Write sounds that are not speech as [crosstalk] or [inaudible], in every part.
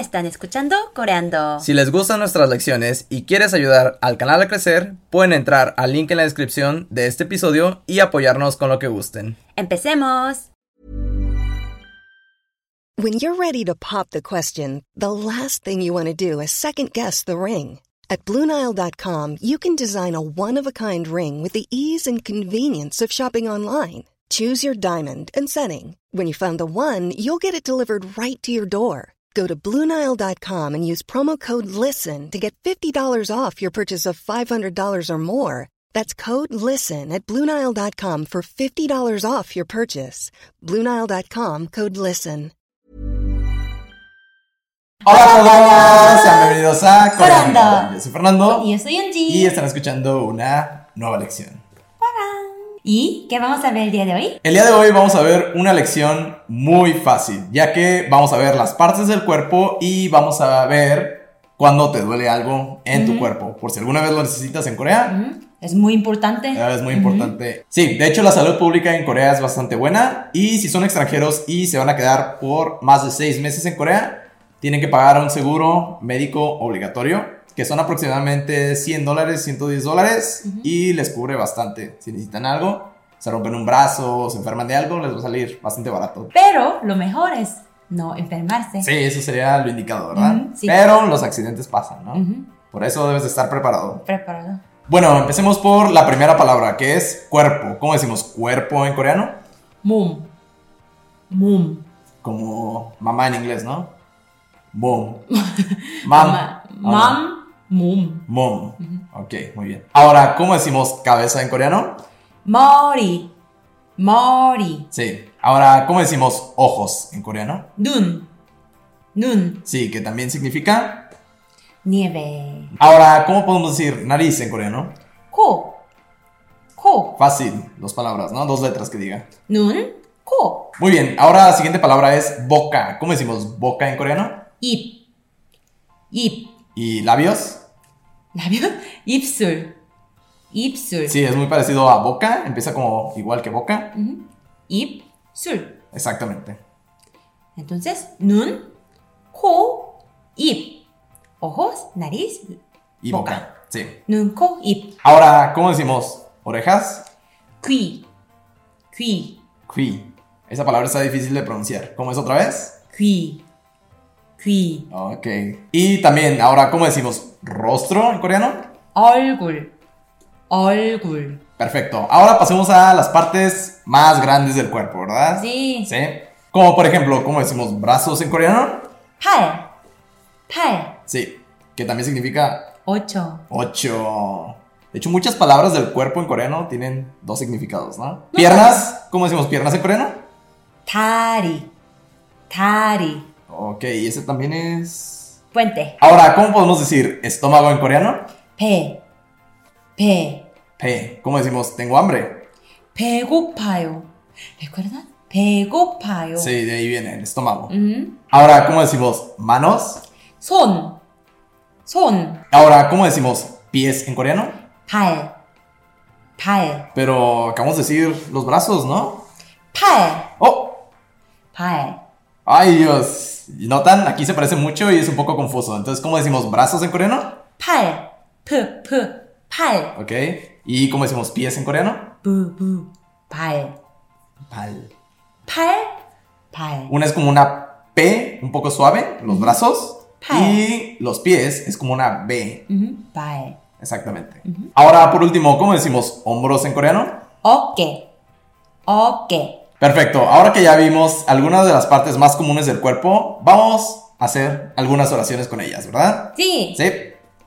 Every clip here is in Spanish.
están escuchando Coreando. Si les gustan nuestras lecciones y quieres ayudar al canal a crecer, pueden entrar al link en la descripción de este episodio y apoyarnos con lo que gusten. ¡Empecemos! When you're ready to pop the question, the last thing you want to do is second guess the ring. At Bluenile.com, you can design a one of a kind ring with the ease and convenience of shopping online. Choose your diamond and setting. When you find the one, you'll get it delivered right to your door. Go to Bluenile.com and use promo code LISTEN to get $50 off your purchase of $500 or more. That's code LISTEN at Bluenile.com for $50 off your purchase. Bluenile.com code LISTEN. Hola, hola, sean bienvenidos a Coreando. Coreando. Yo soy Fernando Y yo soy y Angie. están escuchando una nueva lección. ¿Y qué vamos a ver el día de hoy? El día de hoy vamos a ver una lección muy fácil, ya que vamos a ver las partes del cuerpo y vamos a ver cuando te duele algo en tu cuerpo, por si alguna vez lo necesitas en Corea. Mm, Es muy importante. Es muy importante. Sí, de hecho la salud pública en Corea es bastante buena y si son extranjeros y se van a quedar por más de seis meses en Corea, tienen que pagar un seguro médico obligatorio, que son aproximadamente 100 dólares, 110 dólares y les cubre bastante. Si necesitan algo, se rompen un brazo, se enferman de algo, les va a salir bastante barato. Pero lo mejor es no enfermarse. Sí, eso sería lo indicado, ¿verdad? Ujú, sí. Pero los accidentes pasan, ¿no? Ujú. Por eso debes de estar preparado. Preparado. Bueno, empecemos por la primera palabra, que es cuerpo. ¿Cómo decimos cuerpo en coreano? Mum. Mum. Como mamá en inglés, ¿no? Mom. [laughs] Mam. Ma- Mam. Mum. Mom. Ok, muy bien. Ahora, ¿cómo decimos cabeza en coreano? Mori. Mori. Sí. Ahora, ¿cómo decimos ojos en coreano? Dun. Dun. Sí, que también significa. Nieve. Ahora, ¿cómo podemos decir nariz en coreano? Ko. Ko. Fácil, dos palabras, ¿no? Dos letras que diga. Nun. Ko. Muy bien, ahora la siguiente palabra es boca. ¿Cómo decimos boca en coreano? 입. 입. ¿Y labios? 라면? 입술. 입술. Sí, es muy parecido a boca, empieza como igual que boca. 입술. Exactamente. Entonces, 눈, 코, 입. Ojos, nariz, Y boca. Boca. Sí. 눈, 코, 입. Ahora, ¿cómo decimos orejas? 귀. 귀. Qui. Esa palabra está difícil de pronunciar. ¿Cómo es otra vez? 귀. 귀. Ok. Y también, ahora, ¿cómo decimos rostro en coreano? 얼굴. 얼굴. Perfecto. Ahora pasemos a las partes más grandes del cuerpo, ¿verdad? Sí. Sí. Como por ejemplo, ¿cómo decimos brazos en coreano? 팔. 팔. Sí. Que también significa ocho. Ocho. De hecho, muchas palabras del cuerpo en coreano tienen dos significados, ¿no? Piernas, ¿cómo decimos piernas en coreano? 다리. 다리. Ok, y ese también es... puente. Ahora, ¿cómo podemos decir estómago en coreano? 배. 배. P. ¿Cómo decimos tengo hambre? 배고파요. ¿Recuerdan? 배고파요. Sí, de ahí viene el estómago. 음. Ahora, ¿cómo decimos manos? 손, 손, Ahora, ¿cómo decimos pies en coreano? 발, 발, Pero acabamos de decir los brazos, ¿no? 팔, ¡Oh! 발, ¡Ay, Dios! ¿Notan? Aquí se parece mucho y es un poco confuso. Entonces, ¿cómo decimos brazos en coreano? 팔, 푸, 푸, 팔, ¿Ok? ¿Y cómo decimos pies en coreano? 부, 부, 발, Pal. 팔, 발, Una es como una P, un poco suave, los brazos. Pal. Y los pies es como una B, 음, 발, exactamente. Ahora, por último, ¿cómo decimos hombros en coreano? 어깨, 어깨, Perfecto, ahora que ya vimos algunas de las partes más comunes del cuerpo, vamos a hacer algunas oraciones con ellas, ¿verdad? 지, Sí.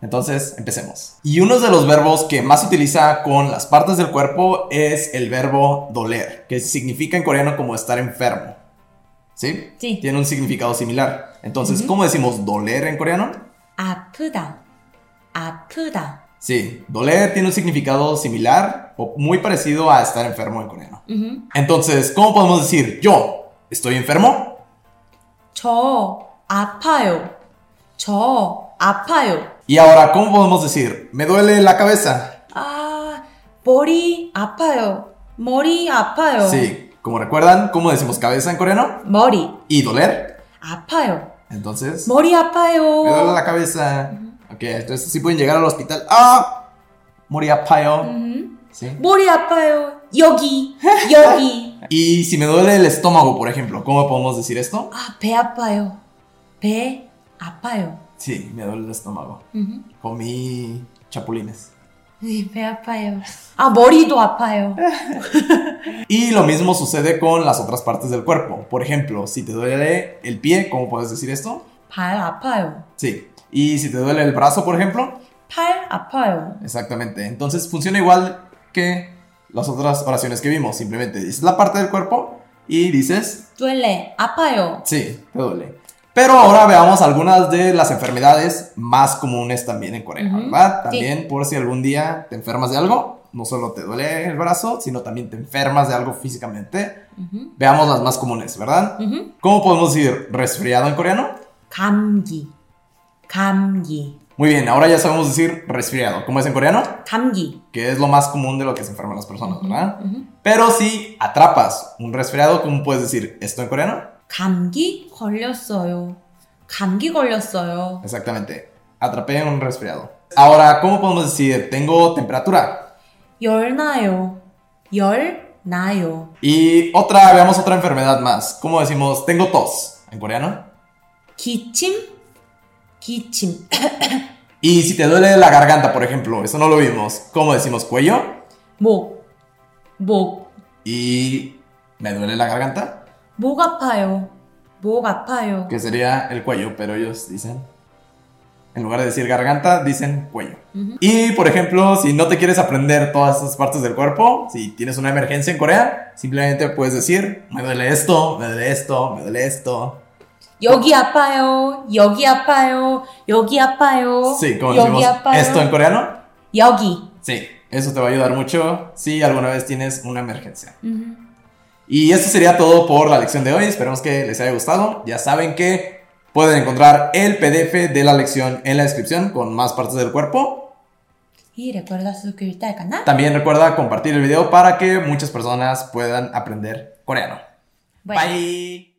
Entonces, empecemos. Y uno de los verbos que más se utiliza con las partes del cuerpo es el verbo doler, que significa en coreano como estar enfermo. ¿Sí? Sí. Tiene un significado similar. Entonces, ¿cómo decimos doler en coreano? 아프다, 아프다, Sí, doler tiene un significado similar o muy parecido a estar enfermo en coreano. 음, Entonces, ¿cómo podemos decir yo estoy enfermo? 저 아파요, 저 아파요, Y ahora, ¿cómo podemos decir me duele la cabeza? 아, 머리 아파요, 머리 아파요. Sí, como recuerdan, ¿cómo decimos cabeza en coreano? 머리 Y doler 아파요. Entonces, 머리 me duele 아파요. la cabeza. Ok, entonces sí pueden llegar al hospital. ¡Ah! Morí a payo. ¿Sí? 음? 머리 아파요. 여기, 여기. Y si me duele el estómago, por ejemplo, ¿cómo podemos decir esto? 아, 배 아파요. 배 아파요. Sí, me duele el estómago. 음. Comí chapulines. 네, 배 아파요. 아, 머리도 아파요. Y lo mismo sucede con las otras partes del cuerpo. Por ejemplo, si te duele el pie, ¿cómo puedes decir esto? 발 아파요. Sí. Y si te duele el brazo, por ejemplo, 팔 아파요. exactamente. Entonces funciona igual que las otras oraciones que vimos. Simplemente dices la parte del cuerpo y dices, 뚜엘레 아파요. sí, te duele. Pero ahora veamos algunas de las enfermedades más comunes también en Corea, Ujú. ¿verdad? Sí. También por si algún día te enfermas de algo, no solo te duele el brazo, sino también te enfermas de algo físicamente. Ujú. Veamos las más comunes, ¿verdad? Ujú. ¿Cómo podemos decir resfriado en coreano? 음? 감기, 감기, Muy bien, ahora ya sabemos decir resfriado. ¿Cómo es en coreano? 감기. que es lo más común de lo que se enferman las personas, ¿verdad? Pero si atrapas un resfriado, ¿cómo puedes decir esto en coreano? 감기 걸렸어요. 감기 걸렸어요. Exactamente, atrapé un resfriado. Ahora, ¿cómo podemos decir tengo temperatura? 열 나요. 열 나요. Y otra, veamos otra enfermedad más. ¿Cómo decimos tengo tos en coreano? 기침, 기침. [coughs] Y si te duele la garganta, por ejemplo, eso no lo vimos. ¿Cómo decimos cuello? 목, 목, Y me duele la garganta, 목 아파요. 목 아파요. que sería el cuello, pero ellos dicen, en lugar de decir garganta, dicen cuello. Y por ejemplo, si no te quieres aprender todas esas partes del cuerpo, si tienes una emergencia en Corea, simplemente puedes decir, me duele esto, me duele esto, me duele esto. 여기 아파요. 여기 아파요. 여기 아파요. Sí, como 여기 decimos 아파요. esto en coreano. 여기. Sí, eso te va a ayudar mucho si alguna vez tienes una emergencia. Ujú. Y esto sería todo por la lección de hoy. Esperemos que les haya gustado. Ya saben que pueden encontrar el PDF de la lección en la descripción con más partes del cuerpo. 이 레코드 가수 교육달 가나? También recuerda compartir el video para que muchas personas puedan aprender coreano. Bye.